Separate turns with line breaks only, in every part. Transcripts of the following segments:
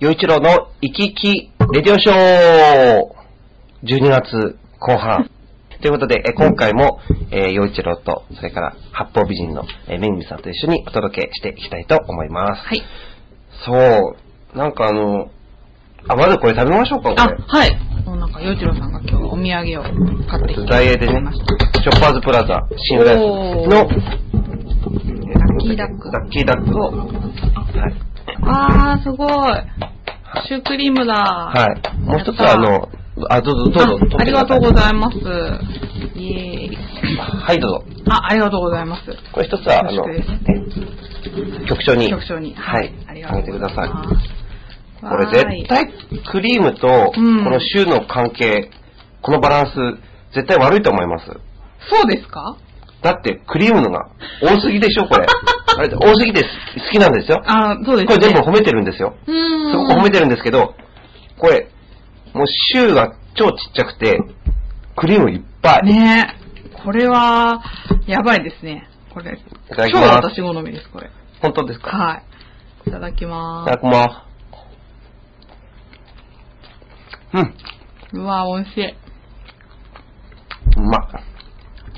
洋一郎の生き生きレディオショー !12 月後半。ということで、え今回も、えー、洋一郎と、それから、八方美人の、えー、めぐみさんと一緒にお届けしていきたいと思います。
はい。
そう、なんかあの、あ、まずこれ食べましょうか、
あ
これ。、
はい。もうなんか、洋一郎さんが今日お土産を買ってきて
ダイエーで
くれ
ね
まし、
ショッパーズプラザ、新浦安の、
おー
ラ
ッキーダック
ラッキーダックを、はい。
た。あー、すごい。シュークリームだ。
はい。もう一つはあ
やっ
の、あ、どうぞどうぞ、取っ
た、ああ
て
り
くだ
が
さ
とうございます。イエーイ。
はい、どうぞ。
あ、ありがとうございます。
これ一つは、あの、
恐縮
ね局長に、
局長に。
はい、
あり
あ
がと
げ
う
て
ご
く
ざ
だ
い
さい。
ます。
これ絶対、クリームと、こ
うん
のシューの関係、このバランス、絶対悪いと思います。
そうですか
だって、クリームのが多すぎでしょ、 これ。あれ多すぎて好きなんですよ。
あー、そうですね。
これ全部褒めてるんですよ。
うーん。
すごく褒めてるんですけど、これ、もうシューが超ちっちゃくて、クリームいっぱい。
ねえ。これは、やばいですね。これ。
いただき
超
ます
私好みです、これ。
本当ですか
はい。いただき
い
ま
ただ
ー
きます。うん、
す。うわー、美味しい。
うまっ。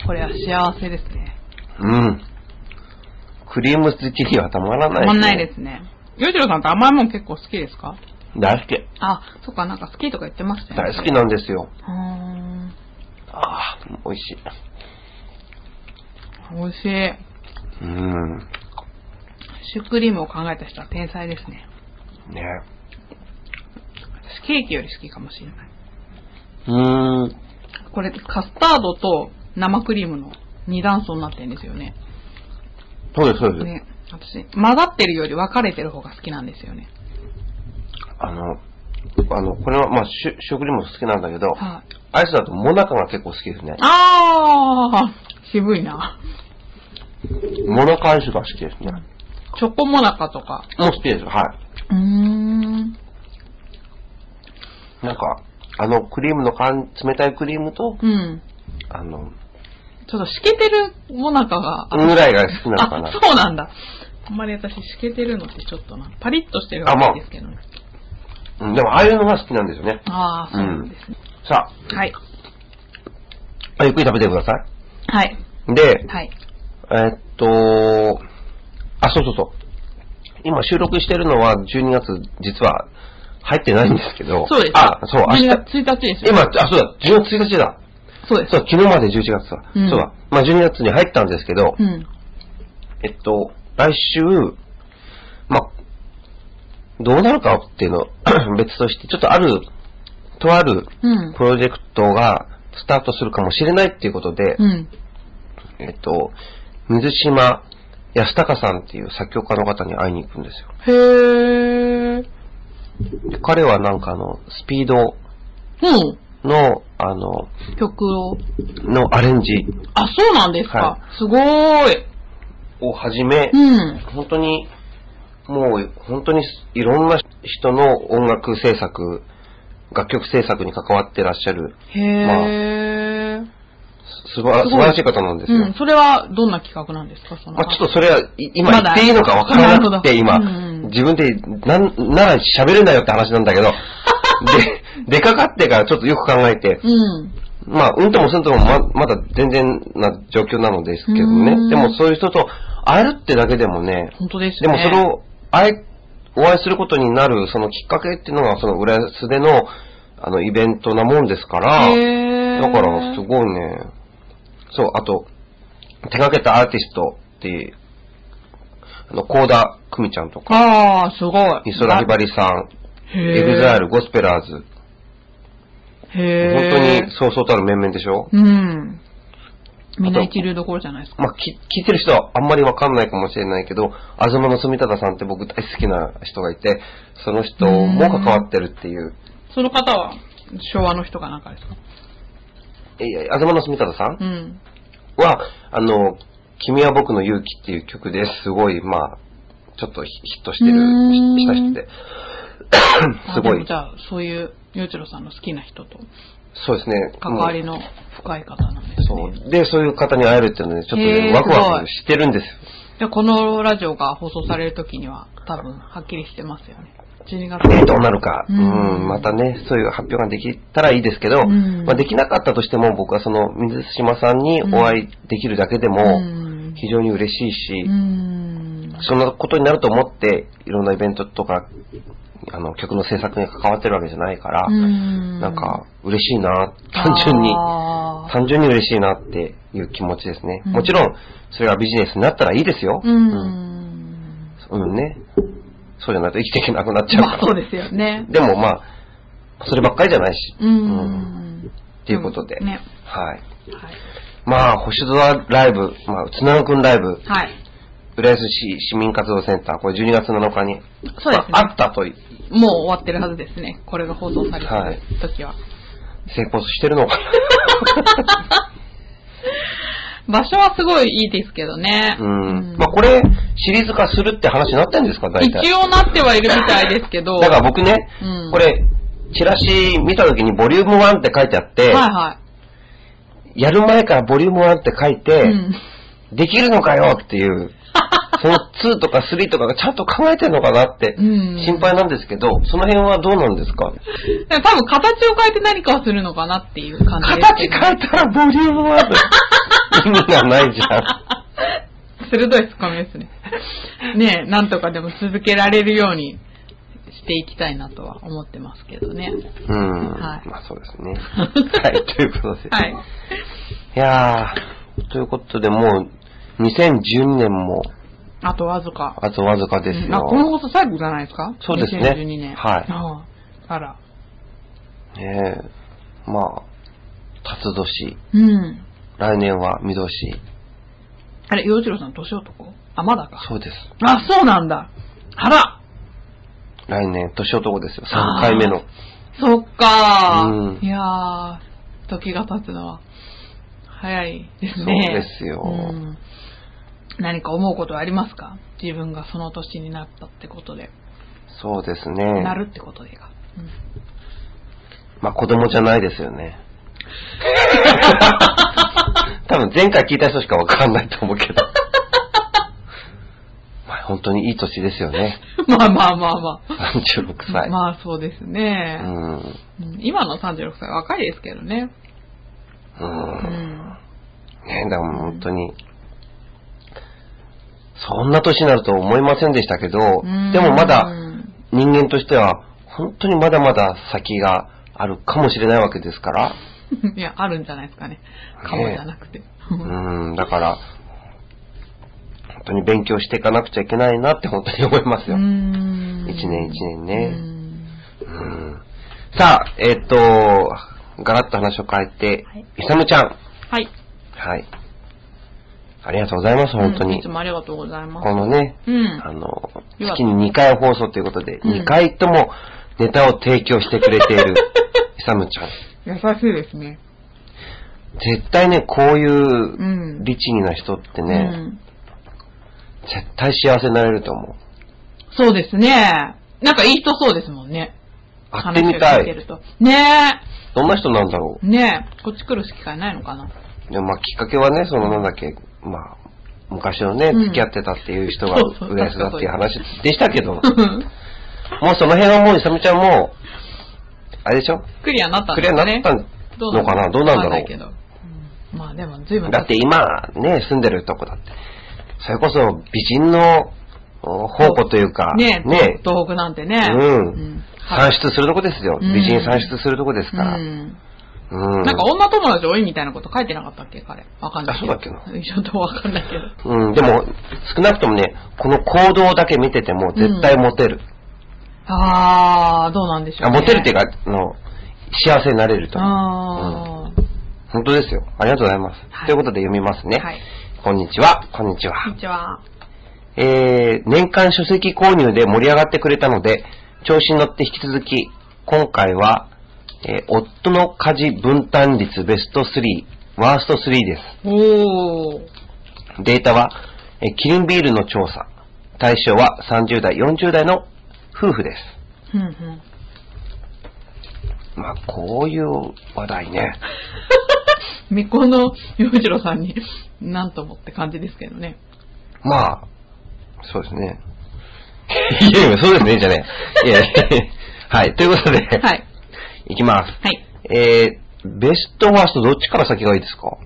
これは幸せですね。
うん。クリーム好きにはたまら
た
ない、
まんないですね。よいちろさんって甘いもん結構好きですか
大好き。
あ、そっか、なんか好きとか言ってましたよね。
大好きなんですよ。
う
ああ、美味しい。
ーん。美味しい。
うん。
シュークリームを考えた人は天才ですね。
ね。
私ケーキより好きかもしれない。
うーん。
これ、カスタードと生クリームの二段層になってるんですよね。
そうです、そうです。
ね。私、混ざってるより分かれてる方が好きなんですよね。
あの、あの、これは、まあ、シュシュークリームも好きなんだけど、
はい。
アイスだとモナカが結構好きですね。
あー渋いな。
モナカアイスが好きですね。
チョコモナカとか。
もう好きです、は
うーん。
い。なんか、あの、クリームの感、冷たいクリームと、
うん。
あの、
ちょっとしけてるモナカが。
ぐらいが好きなのか
あ
な、。
そうなんだ。あんまり私、しけてるのってちょっとな。パリッとしてるの
あま
が
あ
いいですけどね。
うん、でも、ああいうのが好きなんですよね。
ああ、そうなんですね。
さ
はい。
あ、ゆっくり食べてくださ
はい。
い。で、
はい。
えーっと、あ、そうそうそう。今収録してるのは12月、実は入ってないんですけど。
そうです。
あ、そう、明日
12。月1日ですよ。
今、あ、そうだ、12月1日だ。
そうです
そ。う、昨日まで11月だ。
うん
そうだ。まあ、12月に入ったんですけど、
うん。
えっと、来週、まあ、どうなるかっていうの、 別として、ちょっとある、とある
うん
プ。ロジェクトがスタートするかもしれないっていうことで、
うん。
えっと、水島康隆さんっていう作曲家の方に会いに行くんですよ。
へー。
で彼はなんかあの、スピード
う
の、あの、
ん。曲を。
のアレンジ
あ、そうなんですか。
は
すごーい。
をはじめ
う、ん。
本当に、もう本当にいろんな人の音楽制作、楽曲制作に関わってらっしゃる、
へー。
す素晴素
すごい
晴らしい方なんですよ。
うん。それはどんな企画なんですかその。
まあ、ちょっとそれはい今
ま
言
だ
っていいのかわからなくて、
な
今
るほどうんうん、
自分で、なん、なら喋れないよって話なんだ けど、で、出かかってからちょっとよく考えて、
うん。
まあ、うんともすんともままだ全然な状況なのですけど
うん
ね。でもそういう人と会えるってだけでもね、
本当です
で
ね。
もそれを、あえ、お会いすることになる、そのきっかけっていうのが、その浦安での、あの、イベントなもんですから、
へー
だから、すごいね。そう、あと、手掛けたアーティストっていう、あの、高田久美ちゃんとか、
ああ、すごい。
美空ひばりさん、
へ
エ
ー
グザイル、ゴスペラーズ、本
へ
当に
当
そうそうたる面々でしょ
に。うん。みんな一流どころじゃないですか。
まあ、き聞いてる人はあんまりわかんないかもしれないけど、東の住忠さんって僕大好きな人がいて、その人も関わってるっていう。
その方は、昭和の人かなんかですか
えいや、東の住忠さん
うん。
は、あの、君は僕の勇気っていう曲ですごい、まあ、ちょっとヒヒットしてる
うーん、
した人で、
あ
すご
でも
い
じ、ゃあ、そういう、洋一郎さんの好きな人と、
そうですね。
関わり
も
の深い方なんです
う
ね。
そう。で、そういう方に会えるっていうので、ちょっと
へ
ね、
ー
ワク
す
ワ
ごい
クしてるんですよ。
じゃあこのラジオが放送される時には、多分、はっきりしてますよね。 12月。
ね、どうなるか、う
うんん、
またね、そういう発表ができたらいいですけど、
ん
まあ、できなかったとしても、僕はその水島さんにお会いできるだけで
う
も、
ん
非常に嬉しいし、
うん
そんなことになると思って、いろんなイベントとか、あの、曲の制作に関わってるわけじゃないから、
うん
なんか、嬉しいな、単純に、
あー
単純に嬉しいなっていう気持ちですね。
うん
もちろん、それがビジネスになったらいいですよ。
うん
うん。うんね。そうじゃないと生きていけなくなっちゃうか
まあ
ら。
そうですよね。
でもまあ、そればっかりじゃないし。
う
っ
ん。
ていうことで。
うんね。
はい。
はい。
まあ、星空ライブ、まあ、宇都宮くんライブ、
はい。
浦安市市民活動センター、これ12月7日に、
そうですね
まああったとい、
もう終わってるはずですね。これが放送されて
はい
る時は。
成功してるのか
場所はすごいいいですけど
な。
ね。
うん
う。ん
まあ、これ、シリーズ化するって話になってんですか、大体。
一応なってはいるみたいですけど。
だから僕ね、
うん
これ、チラシ見た時にボリューム1って書いてあって、
はいは
やる前からボリューム1って書いて、
い。うん
できるのかよって いう、その2とか3とかがちゃんと考えてるのかなって
うん
心配なんですけど、その辺はどうなんですか
多分形を変えて何かをするのかなっていう感じです
形
けど。
変えたらボリューム1だ意味がないじゃん。
鋭いツッコミですね。ねえ、なんとかでも続けられるようにしていきたいなとは思ってますけどね。
うん。
はい
まあそうですね。はい、ということで。
はい。
いやー、ということでもう、2012年も
あとわずか。
あとわずかです
うんあ、
よ。
この放送最後じゃないですか
そうですね
2012年。
はい
あああら。
ねえまあ、辰年、
うん。
来年は御年。
あれ、洋一郎さん年男あ、まだか。
そうです。
あ、そうなんだ。あら
来年、年男ですよ。3回目の。
そっか
うん
いやー、時が経つのは早いですね。
そうですよ
ん何か思うことはありますか自分がその年になったってことで。
そうですね。
なるってことでか。うん
まあ子供じゃないですよね。多分前回聞いた人しかわかんないと思うけど。まあ本当にいい年ですよ ね。
まあまあまあま
36
あ。
歳。
まあそうです
う
ね、
ん。うん。
うん今の36歳は若いですけどね。うん。
ねだからもう本当に。そんな年になると思いませんでしたけど、
うん
でもまだ人間としては本当にまだまだ先があるかもしれないわけですから。
いや、あるんじゃないですかね。顔じゃなくて。
うん、だから、本当に勉強していかなくちゃいけないなって本当に思いますよ。うん。
ん
一年一年ね
うん
さあ、えっ、と、ガラッと話を変えて、
はい
イサムちゃん。
はい。
はい。ありがとうございます、本当
うん
に。
いつもありがとうございます
こ。のね、
うん。
あの、
うん
月に2回放送ということで、
うん
2回ともネタを提供してくれてい るイサムちゃん。
優しいですね。。
絶対ね、こういううん律儀な人って
う
ね、
ん
絶対幸せになれると思う。
そうですね。なんかいい人そうですもんね。
会ってみた
話を聞て
い。
るとね
どんな人なんだろう
え。ねえ。こっち来る機会ないのか な。
でもまあきっかけはね、そのなんだっけ、まあ、昔のね、
うん
付き合ってたっていう人が
そうそう
浦安だっていう話でしたけど、もう
ク
その辺はもう、いさみちゃんも、あれでしょ
リアになったん
ク
で
リア
す
に
か
なっ
ね。
たのかなどうなんだ
わか
ろ
いけどうんまあでも、随分
うだって今ね、住んでるとこだって、それこそ美人のお宝庫というか、
ねえ、
ね、
東北なんてね。
うん
はい
算出するとこですよ。
うん
美人算出するとこですから。
う
うん
ん。
うん
なんか女友達多いみたいなこと書いてなかったっけ彼。わかんないけど。
あそうだっ
ちょっとわかんな いけど。
でも、少なくともね、この行動だけ見てても絶対モテる。
あー、どうなんでしょ
あ
う、ね。
モテるっていうか、あの、幸せになれると。
あー。
本当ですよ。ありがとうございます。
はい
ということで読みますね。
はい。
こんにちは。こんにち
こん
は。
にちは。
えー、年間書籍購入で盛り上がってくれたので、調子に乗って引き続き、今回は、えー夫の家事分担率ベスト3、ワースト3です。
おー。
データは、えーキリンビールの調査。対象は30代、40代の夫婦です。
ふんふん。
まあ、こういう話題ね。
巫女の洋次郎さんに、なんともって感じですけどね。
まあ、そうですね。 いやいや、そうですね、じゃねえ。いやいやいやはい、ということで、
は、い。
いきます。
はい。
えー、ベスト、ファースト、どっちから先がいいですか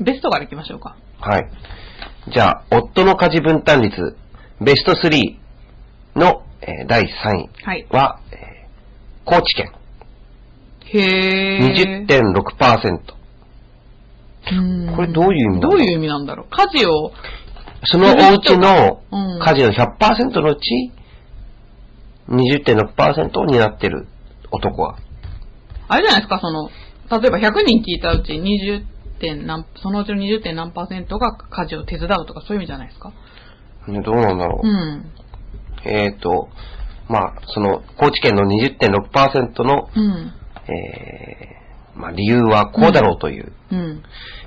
ベストからいきましょうか。
はい。じゃあ、夫の家事分担率、ベスト3の、えー第3
はい
位。は、えー高知県、
へえ。
20.6%。
うん
これどういう意味なんだ
どういう意味なんだろう。家事を、
そのお家の
うん
家事の100%のうち、20.6%を担ってる男は。
あれじゃないですか、その、例えば100人聞いたうち20点何、そのうちの20点何パーセントが家事を手伝うとかそういう意味じゃないですか。
ねどうなんだろ
う
う。
ん。
えっ、と、まあ、その、高知県の20.6%の、
うん。
えーまあ、理由はこうだろうという。
うん。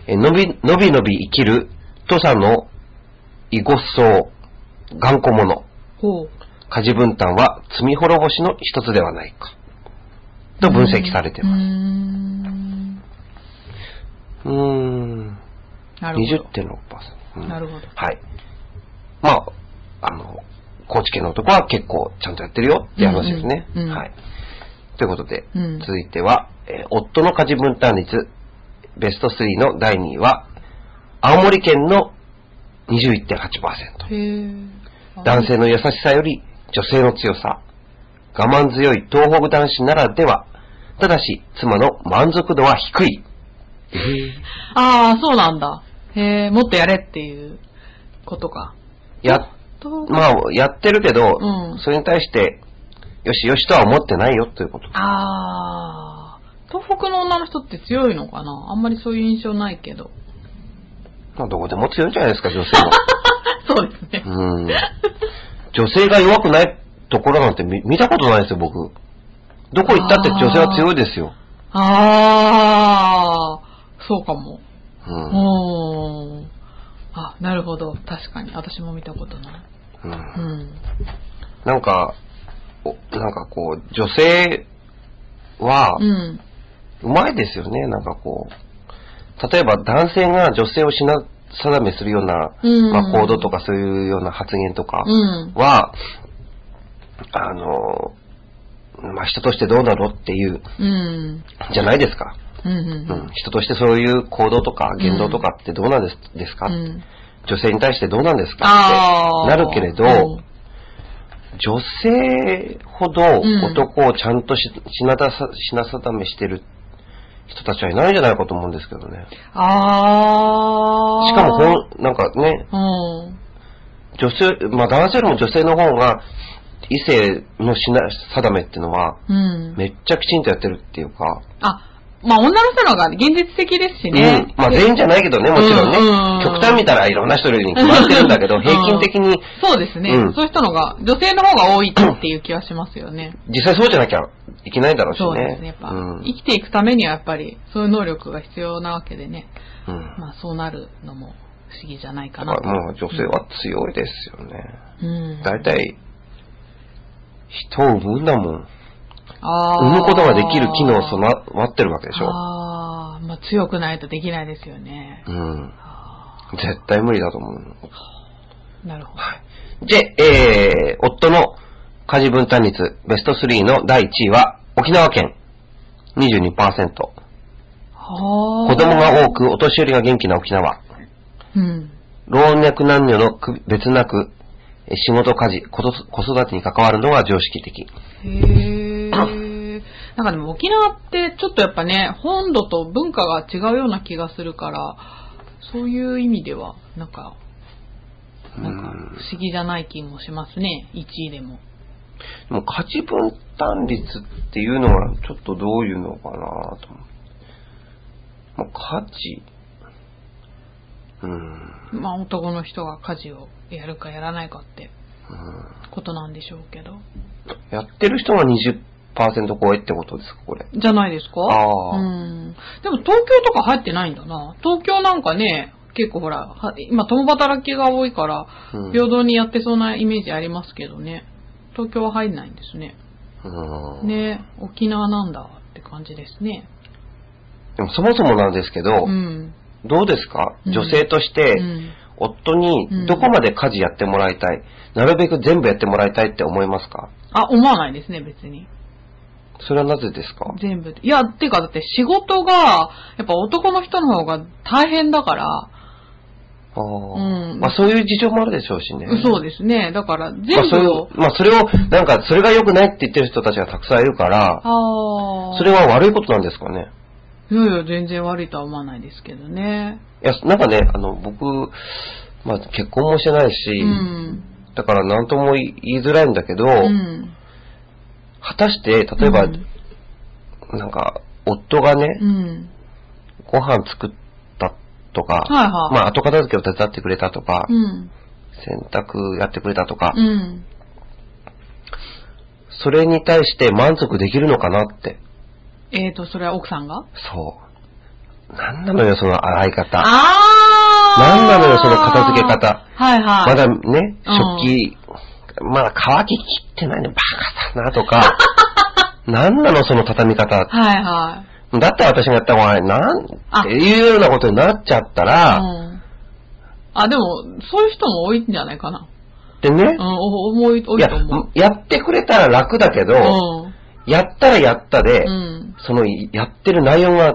えーのび、のびのび生きる、土佐の異ごっそう、頑固者、
ほう。
家事分担は罪滅ぼしの一つではないか。と分析されて
うー
ます。
ん。
うーん。
なるほど。
20.6%。うん
なるほど
はい。まあ、あの、高知県の男は結構ちゃんとやってるよって話ですね。
うんうんうん
はい。ということで、
うん
続いては、えー夫の家事分担率、ベスト3の第2位は、青森県の21.8%。
へえ。
男性の優しさより女性の強さ。我慢強い東北男子ならでは。ただし、妻の満足度は低い。
ああ、そうなんだ。へえ、もっとやれっていうことか。
や、
と
まあ、やってるけど、
うん
それに対して、よしよしとは思ってないよということ。
あー、東北の女の人って強いのかなあんまりそういう印象ないけど。
まあ、どこでも強いんじゃないですか、女性は。
そうですね。
うん。女性が弱くないところなんて見見たことないですよ、僕。どこ行ったって女性は強いですよ。
あー、そうかも。
うん。
おー。あ、なるほど。確かに。私も見たことない。
うん
うん。
なんか、おなんかこう、女性は、
うん。
うまいですよね、なんかこう。例えば男性が女性をしな定めするような、
うん
まあ、行動とかそういうような発言とか
うん。
は、あの、まあ、人としてどうだろうっていう、
うん。
じゃないですか。
うん。
う
うんん。、
人としてそういう行動とか言動とかってどうなんです,、ですか、
うん。
女性に対してどうなんですかっ
あー。
てなるけれど、
うん
女性ほど
ん
男をちゃんとし品ださ品定めしてる人たちはいないんじゃないかと思うんですけどね。
あー。
しかもほん、なんかね、
うん。
女性、まあ男性よりも女性の方が異性の品定めっていうのは、
うん。
めっちゃきちんとやってるっていうか、
あ、まあ女の人の方が現実的ですしね。
うん、まあ全員じゃないけどね、もちろんね。
うんうん
極端見たらいろんな人よりに決まってるんだけ
う
ど、
ん
平均的に、
そうですね、
うん
そういう人のが、女性の方が多いっていう気はしますよね。
実際そうじゃなきゃいけないだろうしね。
そうですね。やっぱ、
うん
生きていくためにはやっぱり、そういう能力が必要なわけでね。
うん
まあそうなるのも不思議じゃない
だ
かな
か
と。
らもう女性は強いですよね。
うん。
大体、人を産むんだもん。
あー
産むことができる機能を備わってるわけでしょ。
ああ、まあ強くないとできないですよね。
うん。
あ
絶対無理だと思う。
ーなるほど。
で、えー、夫の家事分担率ベスト3の第1位は沖縄県22%。子
はー
供が多く、お年寄りが元気な沖縄。
うん。
老若男女の区別なく、え仕事、家事、こと子育てに関わるのが常識的。
へー。なんかでも沖縄ってちょっとやっぱね、本土と文化が違うような気がするから、そういう意味では、なんか、なんか
うん
不思議じゃない気もしますね、1位でも。
でも価値分担率っていうのはちょっとどういうのかなと思う。まあ、価値。うん。
まあ男の人が家事をやるかやらないかって
うん
ことなんでしょうけど。
やってる人が20%超えってことですか、これ。
じゃないですか
あー
うん。でも東京とか入ってないんだな。東京なんかね、結構ほら、は今共働きが多いから、
うん
平等にやってそうなイメージありますけどね。東京は入んないんですね。
うん。
ね沖縄なんだって感じですね。
でもそもそもなんですけど、
うん。
どうですか
うん
女性として
うん
夫にどこまで家事やってもらいたい、なるべく全部やってもらいたいって思いますか
あ、思わないですね、別に。
それはなぜですか
全部。いや、っていうか、だって仕事が、やっぱ男の人の方が大変だから、
ああ、
うん
まあそういう事情もあるでしょうしね。
そうですね。だから、全
まあ、それ
部
を
を、、
まあ、それを、なんか、それが良くないって言ってる人たちがたくさんいるから、
ああ。
それは悪いことなんですかね。
いやいや、全然悪いとは思わないですけどね。
いや、なんかね、あの、僕、まあ、結婚もしてないし、
うん。
だから何とも言いづらいんだけど、
うん。
果たして、例えば、
うん
なんか、夫がね、
うん。
ご飯作ったとか、
はいはい
まあ、後片付けを手伝ってくれたとか、
うん。
洗濯やってくれたとか、
うん。
それに対して満足できるのかなって。
えーと、それは奥さんが
そう。なんなのよ、その洗い方。
あー
なんなのよその片付け方。
はいはい。
まだね、
うん
食器、まだ乾ききってないのバカだなと か、なんなのその畳み方。
はいは
だったら私がやった方がいい。なん
あ
っていうようなことになっちゃった
い。
ら、
うん。あ、でも、そういう人も多いんじゃないかな。
でね
うん、、お多い、多
い
い
や
と思う。、
やってくれたら楽だけど、
うん。
やったらやったで、
うん。
そのやってる内容が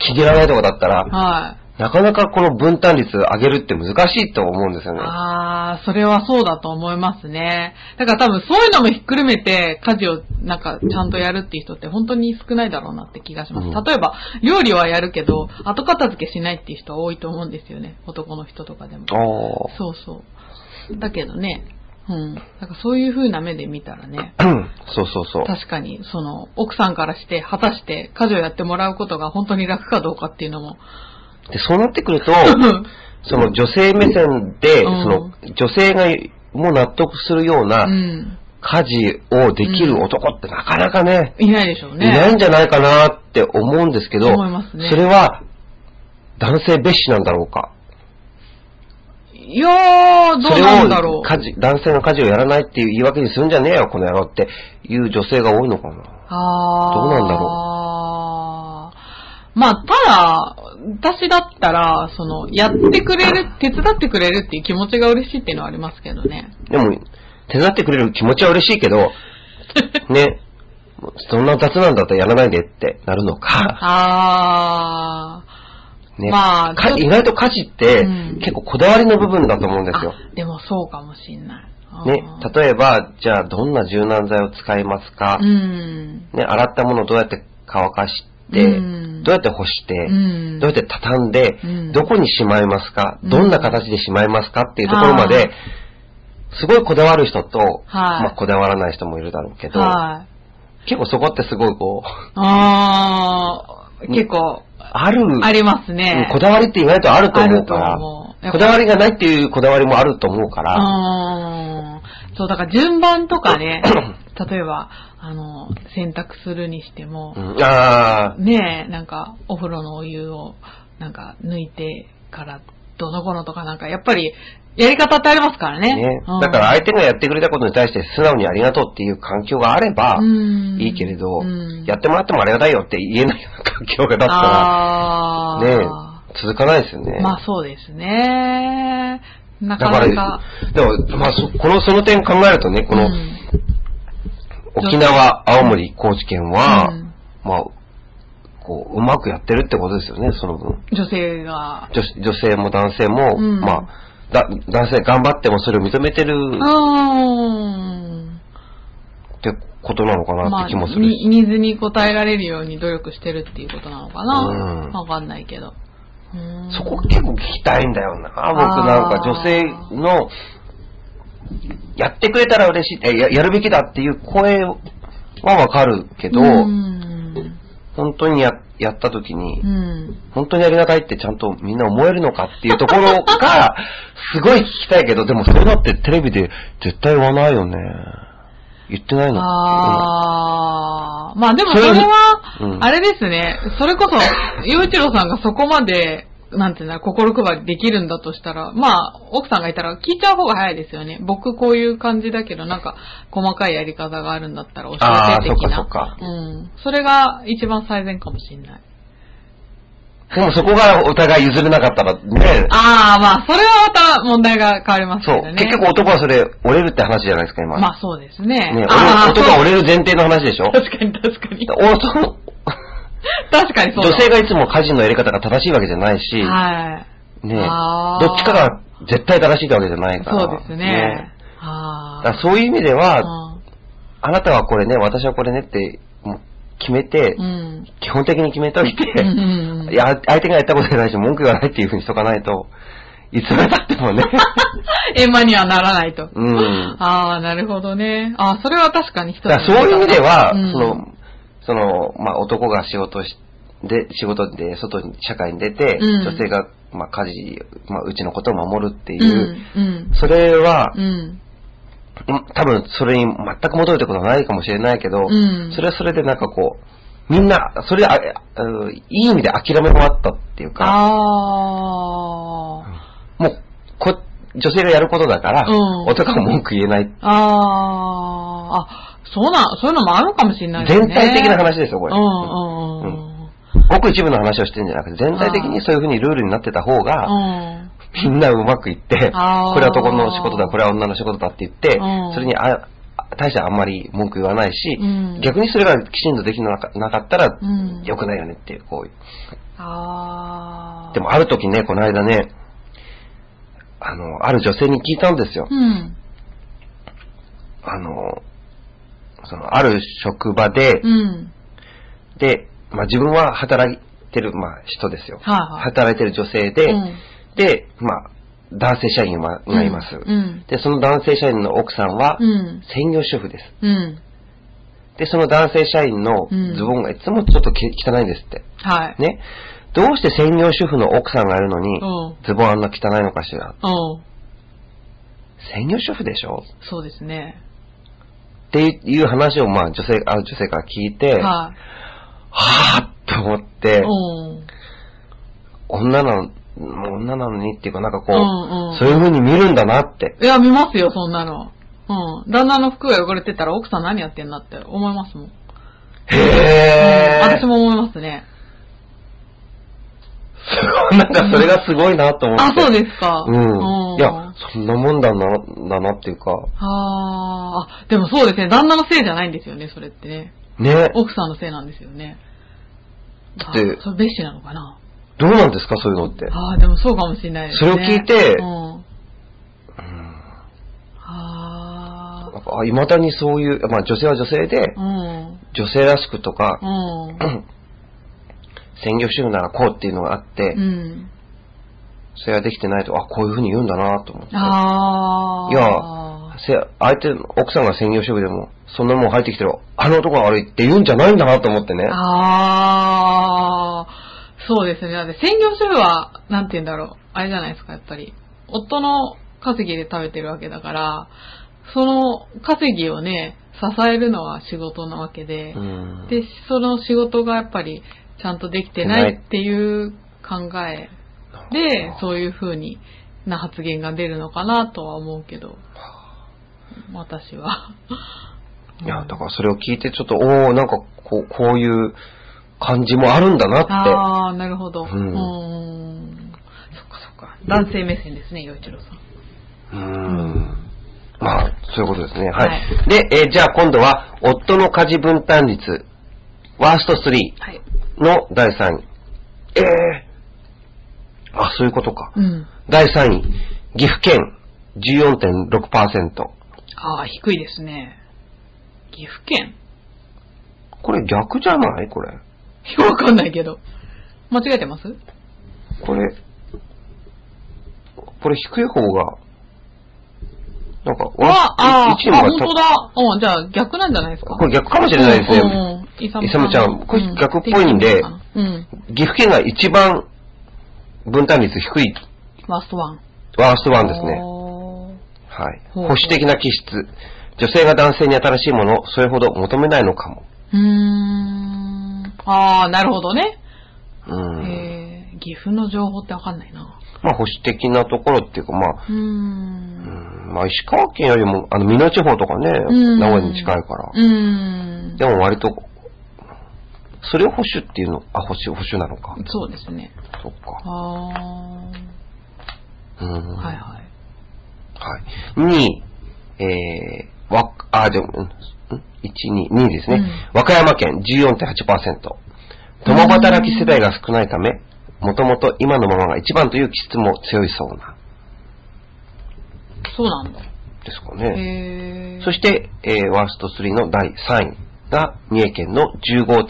気に入らないとかだったら、
はい。
なかなかこの分担率上げるって難しいと思うんですよね。
ああ、それはそうだと思いますね。だから多分そういうのもひっくるめて家事をなんかちゃんとやるっていう人って本当に少ないだろうなって気がしま
う
す。
ん
例えば、料理はやるけど、後片付けしないっていう人は多いと思うんですよね。男の人とかでも。
おー
そうそう。だけどね、うん。なんかそういう風な目で見たらね、
そうそうそう。
確かにその奥さんからして果たして家事をやってもらうことが本当に楽かどうかっていうのも。
で、そうなってく ると、
うん
その女性目線で、
うん
その女性がもう納得するよう
う。
なん家事をできる男ってなかなかね、
いないでしょう
い
ね。
ないんじゃないかなって思うんですけど、
思いますね
それは男性蔑視なんだろうか。
いやー、どうなんだろう。
それを家事、男性の家事をやらないっていう言い訳にするんじゃねえよ、この野郎っていう女性が多いのかな。
あー
どうなんだ
まあ、ただ、私だったら、その、やってくれる、手伝ってくれるっていう気持ちが嬉しいっていうのはありますけど ね。
でも、手伝ってくれる気持ちは嬉しいけど、ね、そんな雑なんだったらやらないでってなるのか。
あー。
ね、
まあ、
か
ちょっと
意外と家事って、
うん
結構こだわりの部分だと思うんですよ。
あでもそうかもしんない。あー
ね、例えば、じゃあどんな柔軟剤を使いますか、
うん。
ね、洗ったものをどうやって乾かして、
うん
どうやって干して、
うん
どうやって畳んで、
うん
どこにしまいますか、
うん
どんな形でしまいますかっていうところま
は
で
い、
すごいこだわる人と、
はい
まあこだわらない人もいるだろうけど、
はい。
結構そこってすごいこう、
あー、結構、
ある、
ありま
う
す
ん
ね。
こだわりって意外とあると思うか
あ
ら
ると思うやっ
こ
ぱ
だわりがないっていうこだわりもあると思うから、
うーん。そう、だから順番と かね、 例えば、あの、洗濯するにしても
う、ん、ああ、
ねえ、なんか、お風呂のお湯を、なんか、抜いてから、どのこのとかなんか、やっぱり、やり方ってありますからね。
ね
うん。
だから相手がやってくれたことに対して素直にありがとうっていう環境があれば
う、ん
いいけれど
うん、
やってもらってもありがたいよって言えないような環境がだっ
あ
た
ー
ら、ね続かないですよね。
まあそうですね。な
だ
か
か
な
ら、
か
で。も、まあ、そこの、その点考えるとね、この
う、ん
沖縄、青森、高知県は
うん、
まあ、こう、うまくやってるってことですよね、その分。
女性が、
女子女性も男性も、
うん
まあ、だ男性頑張ってもそれを認めてる
うーん。
ってことなのかな
ま
っ
あ、
て気もするし。
にニーズに応えられるように努力してるっていうことなのかな。
うん
わかんないけど。うーん
そこ結構聞きたいんだよな。僕なんか女性の、やってくれたら嬉しい、えややるべきだっていう声はわかるけど、
うん。
本当にややった時に
う、ん。
本当にありがたいってちゃんとみんな思えるのかっていうところ が、すごい聞きたいけど、でもそれだってテレビで絶対言わないよね。言ってないの。
ああ、まあでも
そ
そ
れ
れ
う
は、
ん
あれですね、それこそ、洋一郎さんがそこまで、なんていうんだ、心配りできるんだとしたら、まあ、奥さんがいたら聞いちゃう方が早いですよね。僕こういう感じだけど、なんか、細かいやり方があるんだったら教えて的な。
あーそっかそっか
うん。それが一番最善かもしれない。
でもそこがお互い譲れなかったらね、
ああ、まあ、それはまた問題が変わりますけ
そ
ど
う
ね。、
結局男はそれ折れるって話じゃないですか、今。
まあ、そうですね。
ね、
あー
男は折れる前提の話でしょ
そう確かに確かに。
男
確かにそうだ。
女性がいつも家事のやり方が正しいわけじゃないし、
はい。
ね、
あー
どっちかが絶対正しいわけじゃないから。
そうですね。あ
だか
あ。
らそういう意味では、
うん
あなたはこれね、私はこれねってもう決めて、
うん。
基本的に決めておいて、
うんうんう ん
いや、相手がやったことじゃないし、文句がないっていうふうにしとかないと、いつまでたって もね、
円満にはならないと。
うん。
ああ、なるほどね。ああ、それは確かに一つ。
だからそういう意味では、
うん
その、その、まあ、男が仕事し、で、仕事で外に、社会に出て、
うん
女性が、まあ、家事、まあ、うちのことを守るっていうう、
ん。
それは、
うん。うん。
うん多分それに全く戻るってことはないかもしれないけど、
うん
それはそれでなんかこう、みんな、それであ、あうんいい意味で諦めもあったっていうか、
ああ。
もう、こ、女性がやることだから、
うん
男は文句言えない。
ああ。あ、そうな、そういうのもあるかもしれないですね。
全体的な話ですよ、これ。
うん
う
うんんうん。
ごく一部の話をしてるんじゃなくて、全体的にそういうふうにルールになってた方が、
うん。
みんなうまくいって、これ
あー
は男の仕事だ、これは女の仕事だって言って、
うん
それにあ大してあんまり文句言わないし、
うん
逆にそれがきちんとできなかなかったら
うん、
良くないよねっていう、こういう。
ああ。
でもある時ね、この間ね、あの、ある女性に聞いたんですよ。
うん。
あの、その、ある職場で、
うん。
で、まあ自分は働いてる、まあ人ですよ。
はいはい
働いてる女性で、
うん
で、まあ、男性社員は、がいます、
うん。
で、その男性社員の奥さんは
う、ん。
専業主婦です。
うん。
で、その男性社員の
うん
ズボンがいつもちょっとき汚いんですって。
はい。
ね。どうして専業主婦の奥さんがいるのに
うん、
ズボンあんな汚いのかしら。
うん。
専業主婦でしょ
そうですね。
っていう話を、まあ、女性、ある女性から聞いて、は
は
ぁって思っ
い。
て
う、ん。
女なの、女なのにっていうか、なんかこ
うんう
う、
ん
そういう風に見るんだなって。
いや、見ますよ、そんなの。うん。旦那の服が汚れてたら奥さん何やってんだって思いますもん。
へ
うん
ぇー。
私も思いますね。
すごい なんかそれがすごいなと思って。
あ、そうですか。
うん。い
は
や、そんなもんだな、だなっていうか、
あー。でもそうですね、旦那のせいじゃないんですよね、それってね。
ね。
奥さんのせいなんですよね。
だって
あそれ別紙なのかな。
どうなんですか、そういうのって。
あー、でもそうかもしれないですね。
それを聞いて
うん。
うん
あ
いまだにそういう、まあ女性は女性で
ー。、うん。
女性らしくとか、
うん。
専業主婦ならこうっていうのがあって、
うん。
それができてないと、あ、こういうふうに言うんだなと思って。
あー。
いや、せ相手の、奥さんが専業主婦でも、そんなもん入ってきてる、あの男が悪いって言うんじゃないんだなと思ってね。
あー、そうですね。だって専業主婦は、なんて言うんだろう。あれじゃないですか、やっぱり。夫の稼ぎで食べてるわけだから、その稼ぎをね、支えるのは仕事なわけで、
うん
で、その仕事がやっぱりちゃんとできてないっていう考えで、そういう風にな発言が出るのかなとは思うけど、私は。
いや、だからそれを聞いて、ちょっと、おー、なんかこう、こういう感じもあるんだなっ
ああ、なるほ
う
ど。うんーん。そっかそっか。男性目線ですね、洋一郎さん。
て。うん。まあ、そういうことですね。はい。
は
で、えーじゃあ今度は、夫の家事分担率、ワースト3。
はい。
の第3位。ええあ、そういうことか。
うん。
第3位、岐阜県14.6%。
ああ、低いですね。岐阜県
これ逆じゃないこれ。
よくわかんないけど。間違えてます
これ、これ低い方が、なんか、
ああ、あ
一の
本
方
当
が
だ。うん、じゃあ逆なんじゃないですか。
これ逆かもしれないですね。
うん。イサ
イサムちゃんこれ逆っぽいんで
うん。
岐阜県が一番分担率低い
ワーストワン。
ワーストワンですね。
おー
はい。保
ほう
守的な気質。女性が男性に新しいものをそれほど求めないのかも。
うーん。ああ、なるほどね。
うん。
えー、岐阜の情報ってわかんないな。
まあ、保守的なところっていうか、まあ、
うー。
うんんまあ、石川県よりも、あの、美濃地方とかね、名
うん
古屋に近いから
う、ーん。
でも割と、それを保守っていうの、あ、保守、保守なのか。
そうですね。
そっか。
あ
うん。
あ、
は
はいい。はい。
はい。に、えー、わ、あ、でも、うん、1、2、2ですね。
うん
和歌山県14.8%。共働き世代が少ないため、もともと今のままが一番という気質も強いそうな、
そうなんだ。
ですかね。
へえ。
そして、えーワースト3の第3位が三重県の15.2%。
う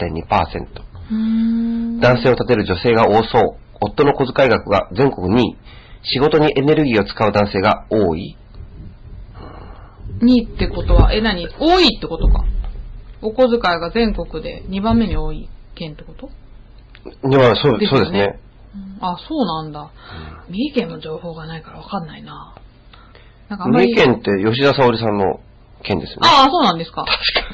ーん。
男性を立てる女性が多そう。夫の小遣い額が全国2位。仕事にエネルギーを使う男性が多い。
2ってことは、え、何多いってことか。お小遣いが全国で2番目に多い県ってこと、
いや、そう
ですよね
そうですね。
うんあ、そうなんだ。三重県の情報がないからわかんないな。なんかあんま
三
り。
重県って吉田沙保里さんの県ですよね。
ああ、そうなんですか。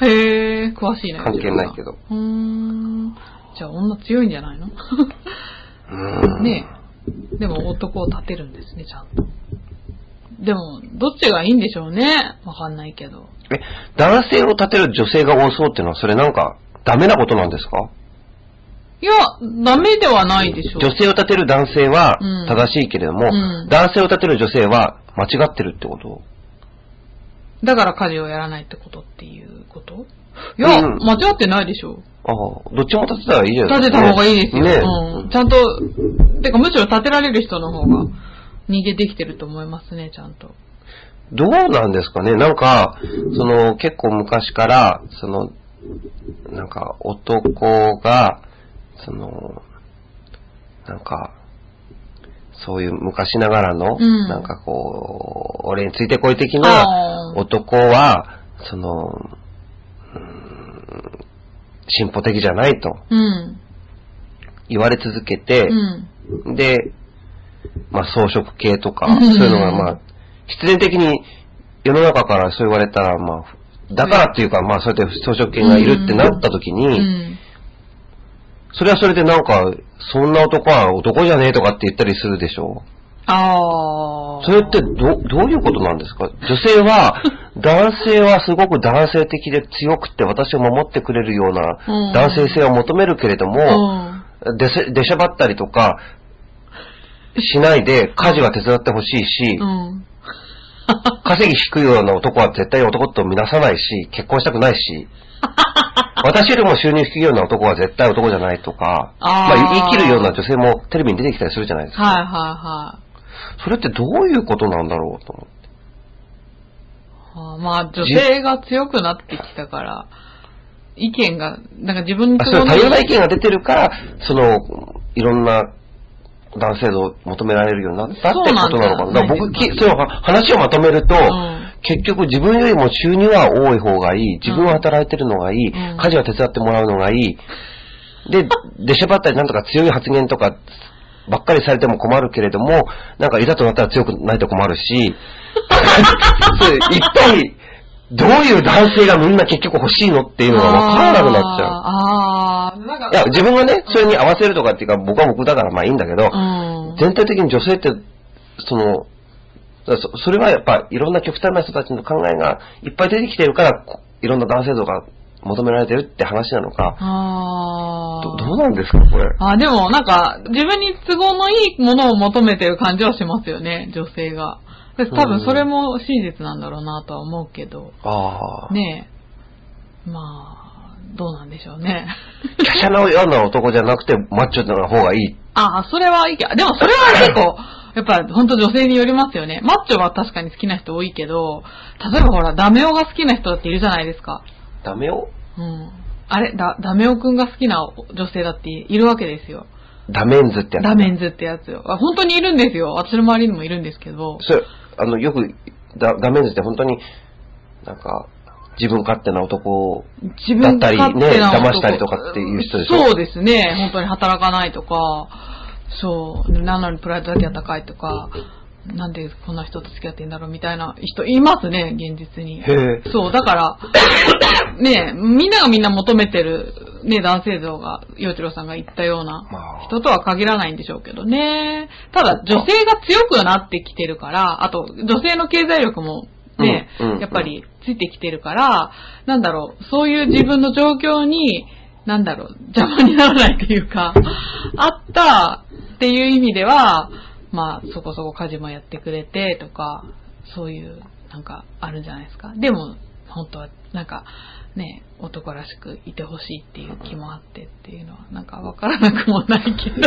確かに。へえ、詳しいね。
関係ないけど。
うーん。じゃあ女強いんじゃないの
うーん
ねえ。でも男を立てるんですね、ちゃんと。でも、どっちがいいんでしょうね。わかんないけど。
え、男性を立てる女性が多そうっていうのは、それなんか、ダメなことなんですか
いや、ダメではないでしょう。
女性を立てる男性は
うん
正しいけれども、
うん
男性を立てる女性は間違ってるってこと
だから家事をやらないってことっていうこといや、
うん
間違ってないでしょ。
ああ、どっちも立てたらいいじゃない
立
ですか、
てた方がいいですよ。
ね
うん、ちゃんと、てかむしろ立てられる人の方が人間できてると思いますね、ちゃんと。
どうなんですかねなんか、その、結構昔から、その、なんか、男が、その、なんか、そういう昔ながらの、
うん
なんかこう、俺についてこい的
あ
な
ー
男は、その、うーん進歩的じゃないと
うん。
言われ続けて、
うん。
で、まあ、装飾系とか、
うん
そういうのが、まあ、必然的に世の中からそう言われたら、まあ、だからっていうか、まあ、そうやって装飾系がいるってなった時
う
に、
ん。
それはそれでなんか、そんな男は男じゃねえとかって言ったりするでしょ
ああ。
それってど、どういうことなんですか女性 は、男性はすごく男性的で強くて私を守ってくれるよう
うん
な男性性を求めるけれども、
うん。
でせ、出しゃばったりとか、しないで、家事は手伝ってほしいし
う、ん。
稼ぎ低いような男は絶対男と見なさないし、結婚したくない し、私よりも収入低いような男は絶対男じゃないとか、
あ
ま
ー
あ、言い切るような女性もテレビに出てきたりするじゃないですか。
はいはいはい。
それってどういうことなんだろうと思って。
あーまあ、女性が強くなってきたから、意見が、なんか自分の
あ
都
そうい
合
う多
のいい
様な意見が出てるから、その、いろんな男性を求められるようになったってことなのかな。
そうなん
だ
じゃ
か
な
ら
い
僕
ですか
き、その話をまとめると、
ん
結局自分よりも収入は多い方がいい、自分は働いてるのがいい、
うん
家事は手伝ってもらうのがいい、で、出しゃばったりなんとか強い発言とかばっかりされても困るけれども、なんかいざとなったら強くないと困る し、それ一体、どういう男性がみんな結局欲しいのっていうのがわからなくなっちゃう。
あーあー、なんか、
いや、自分がね、それに合わせるとかっていうか、僕は僕だからまあいいんだけど、
うん。
全体的に女性って、その、だそそれはやっぱいろんな極端な人たちの考えがいっぱい出てきてるから、こいろんな男性像が求められてるって話なのか、
あ
ど
あ。
どうなんですか、これ。
あ、でもなんか、自分に都合のいいものを求めてる感じはしますよね、女性が。で多分それも真実なんだろうなとは思うけど、
ああ。
ねえ。まあ、どうなんでしょうね。
華奢なような男じゃなくて、マッチョな方がいい。
ああ、それはいいけど、でもそれは結構、やっぱ本当女性によりますよね。マッチョは確かに好きな人多いけど、例えばほら、ダメ男が好きな人だっているじゃないですか。
ダメよ
うん。あれ、だダメ男くんが好きな女性だっているわけですよ。
ダメンズってやつ
ダメンズってやつよ。あ本当にいるんですよ。私の周りにもいるんですけど。
それ、あの、よく、ダダメンズって本当に、なんか、自分勝手な男を
自分勝手
だ
な
ったりね
男
騙したりとかっていう人でしょ
そうですね。本当に働かないとか、そう、なのにプライドだけは高いとか、なんでこんな人と付き合ってんだろうみたいな人いますね、現実に。
へえ
そう、だ から、ねえみんながみんな求めてる、ね、男性像が、洋一郎さんが言ったよう
まあ
な人とは限らないんでしょうけどね。ただ、女性が強くなってきてるから、あと、女性の経済力もね、
うんうん
やっぱりついてきてるから、なんだろう、そういう自分の状況に、なんだろう、邪魔にならないっていうか、 あったっていう意味では、まあ、そこそこ家事もやってくれてとか、そういう、なんか、あるんじゃないですか。でも、本当は、なんか、ね、男らしくいてほしいっていう気もあってっていうのは、なんかわからなくもない けど。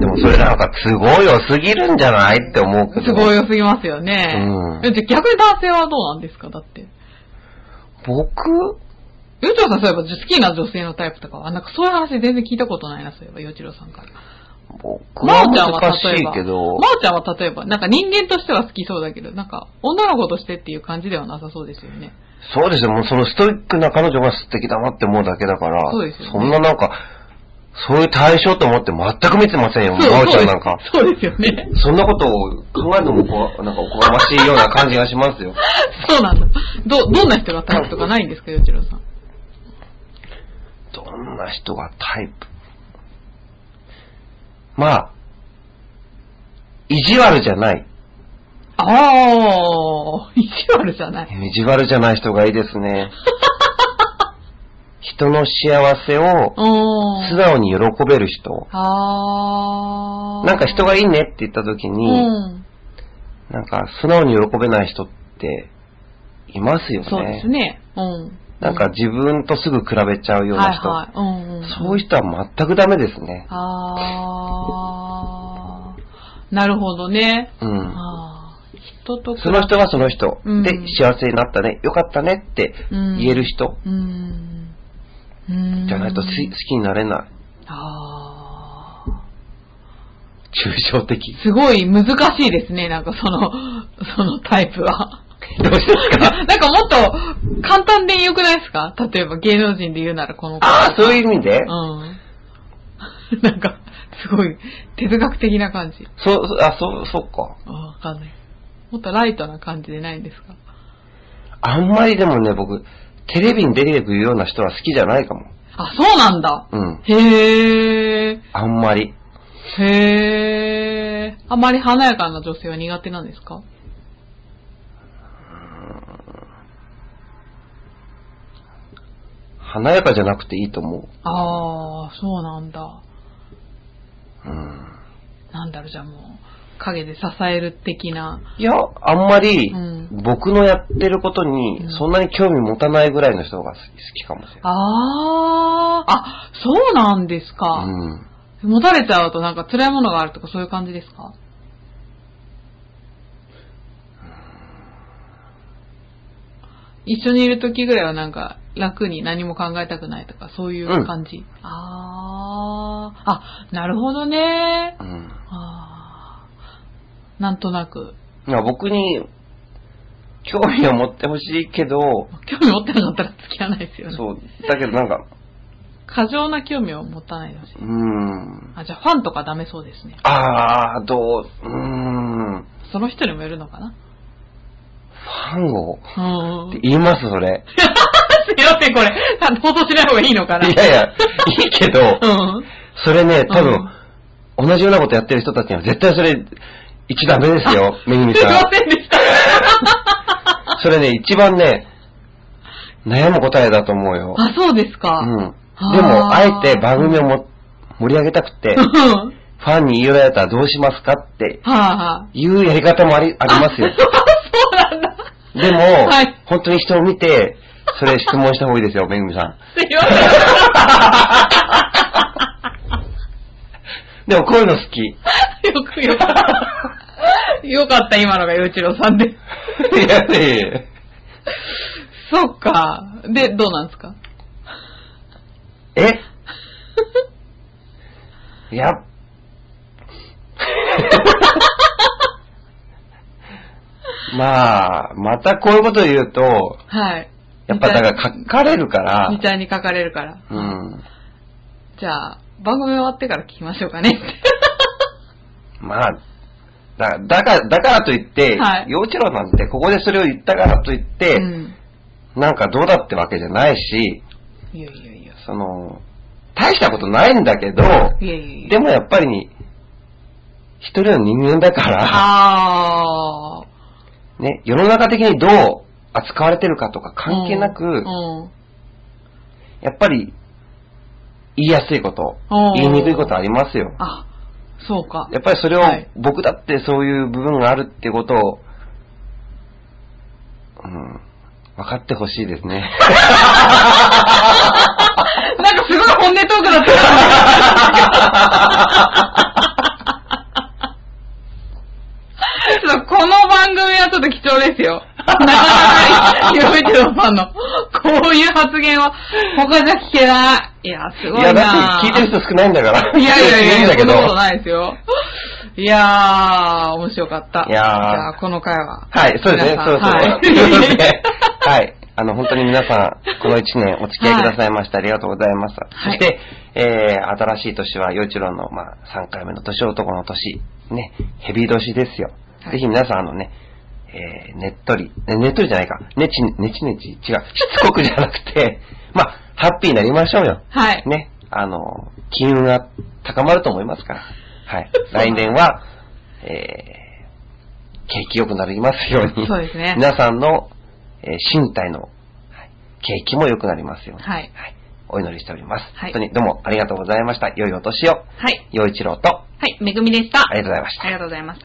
でもそれなんか都合良すぎるんじゃないって思うけど。
すごい良すぎますよね。
うん
えじゃあ逆に男性はどうなんですかだって。
僕、
よちろさんそういえば好きな女性のタイプとかは、なんかそういう話全然聞いたことないな、そういえば、よちろさんから。
僕
ま
は
おちゃんは
難し
例え
い
ば、
けど、
まおちゃんは例えば、なんか人間としては好きそうだけど、なんか女の子としてっていう感じではなさそうですよね。
そうですね、もうそのストイックな彼女が素敵だなって思うだけだから、
そうですよね
んななんか、そういう対象と思って全く見てませんよ、
そ
ま
う
おち
そ
ゃ
うんで
なんか。
すそうですよね。
そんなことを考えるのもこわなんかおこがましいような感じがします よ。
そうなんだ。ど、どんな人がタイプとかないんですか、よちろさん。
どんな人がタイプまあ、意地悪じゃない。
ああ、意地悪じゃない。
意地悪じゃない人がいいです ね。人の幸せを
お
素直に喜べる人。
あー。
なんか人がいいねって言った時
う
に、
ん。
なんか素直に喜べない人っていますよ
そうで
ね
す。ね。うん。
なんか自分とすぐ比べちゃうような人。
はいはい。うん、うん。
そういう人は全くダメですね。
あー。なるほどね。
うん。
あー人と比
そ
べ
の人がその人、
うん
で幸せになったね、よかったねって
うん
言える人
うん。うん。
じゃないとす好きになれない。
あ
抽象的。
ー。すごい難しいですね、なんかその、 そのタイプは。
どうしてですか
なんかもっと簡単でよくないですか例えば芸能人で言うならこの子。
ああ、そういう意味で、
うん。 なんか、すごい哲学的な感じ。
そう、そうあ、そう、そうか。
あわかんない。もっとライトな感じでないんですか
あんまりでもね、僕、テレビに出てくるような人は好きじゃないかも。
あ、そうなんだ。
うん。
へー。
あんまり。
へー。あまり華やかな女性は苦手なんですか
華やかじゃなくていいと思
あー、そうなんだ。
う。うん。
なんだろう、じゃあもう、影で支える的な。
いや、あんまり
うん、
僕のやってることに
うん、
そんなに興味持たないぐらいの人が好きかもしれない。
あー、あ、そうなんですか。
うん。
持たれちゃうとなんか辛いものがあるとかそういう感じですか一緒にいる時ぐらいはなんか楽に何も考えたくないとかそういう感じ。あー、あ、なるほどね。
うん。
あーなんとなく。
いや僕に、興味を持ってほしいけど、
興味持ってなかったら付き合わないですよね。
そう、だけどなんか、
過剰な興味を持たないでほしいう
ーん。
あ、じゃあファンとかダメそうですね。
あー、どう、うーん。フ
その人にもよるのかな
ァン を、っ
うん
て。言います、それ。
すいません、これ。あ放送しない方がいいのかない
やいや、いいけど、
うん。
それね、多分、
う
同じようなことやってる人たちには絶対それ、一ダメです よ、めぐ
ん
み
すい
さ
ま
ん。
せんでした。
それね、一番ね、悩む答えだと思うよ。
あ、そうですか。
うん。
あー
でも、あえて番組をも盛り上げたくて、フ
うん。
ァンに言い寄られたらどうしますかって
はいはい。
いうやり方もあり、ありますよ。
そうなんだ。
でも、
はい
本当に人を見て、それ質問した方がいいですよ、めぐみさん。
すいません。
でもこういうの好き。い
よくよかった。よかった、今のが陽一郎さんで。
やいやいや
そっか。で、どうなんですか
えい や。まあ、またこういうこと言うと、
はい。
やっぱだから書かれるから、
みたいに書かれるから。
うん。
じゃあ、番組終わってから聞きましょうかね。
まあ、だだから、だからといって、
はい
陽一郎なんて、ここでそれを言ったからといって、
うん。
なんかどうだってわけじゃないし、
いやいやいや。
その、大したことないんだけど、
いやいやいや。
でもやっぱり、一人の人間だから、
あー。
ね、世の中的にどう扱われてるかとか関係なく、
うんうん
やっぱり、言いやすいこと
おー、
言いにくいことありますよ。
あ、そうか。
やっぱりそれを
はい、
僕だってそういう部分があるってことを、うん、分かってほしいです ね。
なんかすごい本音トークだった。 そうこの番組はちょっと貴重ですよ。なかなかない、ひろみてろさんの、こういう発言は、他じゃ聞けない。いや、すごいなぁ
や、だって聞いてる人少ないんだから。
いやいやいや、
いんだけど
そんなことないですよ。いやー、面白かった。
いやー
じゃあ、この回は。
はい、そうですね
皆、
そ
さん
ろそろ。
はい
ということではい。あの、本当に皆さん、この1年お付き合いくださいまして、ありがとうございました。
はい
そして、えー、新しい年は、洋一郎の、まあ、3回目の年男の年、ね、ヘビー年ですよ。
はい
ぜひ皆さん、あのね、えー、ねっとり、ねねっとりじゃないか、ねち、ねちねち、違う、しつこくじゃなくて、まあ、ハッピーになりましょうよ。
はい。
ね、あの、金運が高まると思いますから、はい。来年は、えー、景気良くなりますように、
そうですね
皆さんの、えー身体の、はい景気も良くなりますように、
はい
お祈りしております。
はい
本当にどうもありがとうございました。良いお年を、
はい。
陽一郎と、
はい、めぐみでした。
ありがとうございました
ありがとうございました。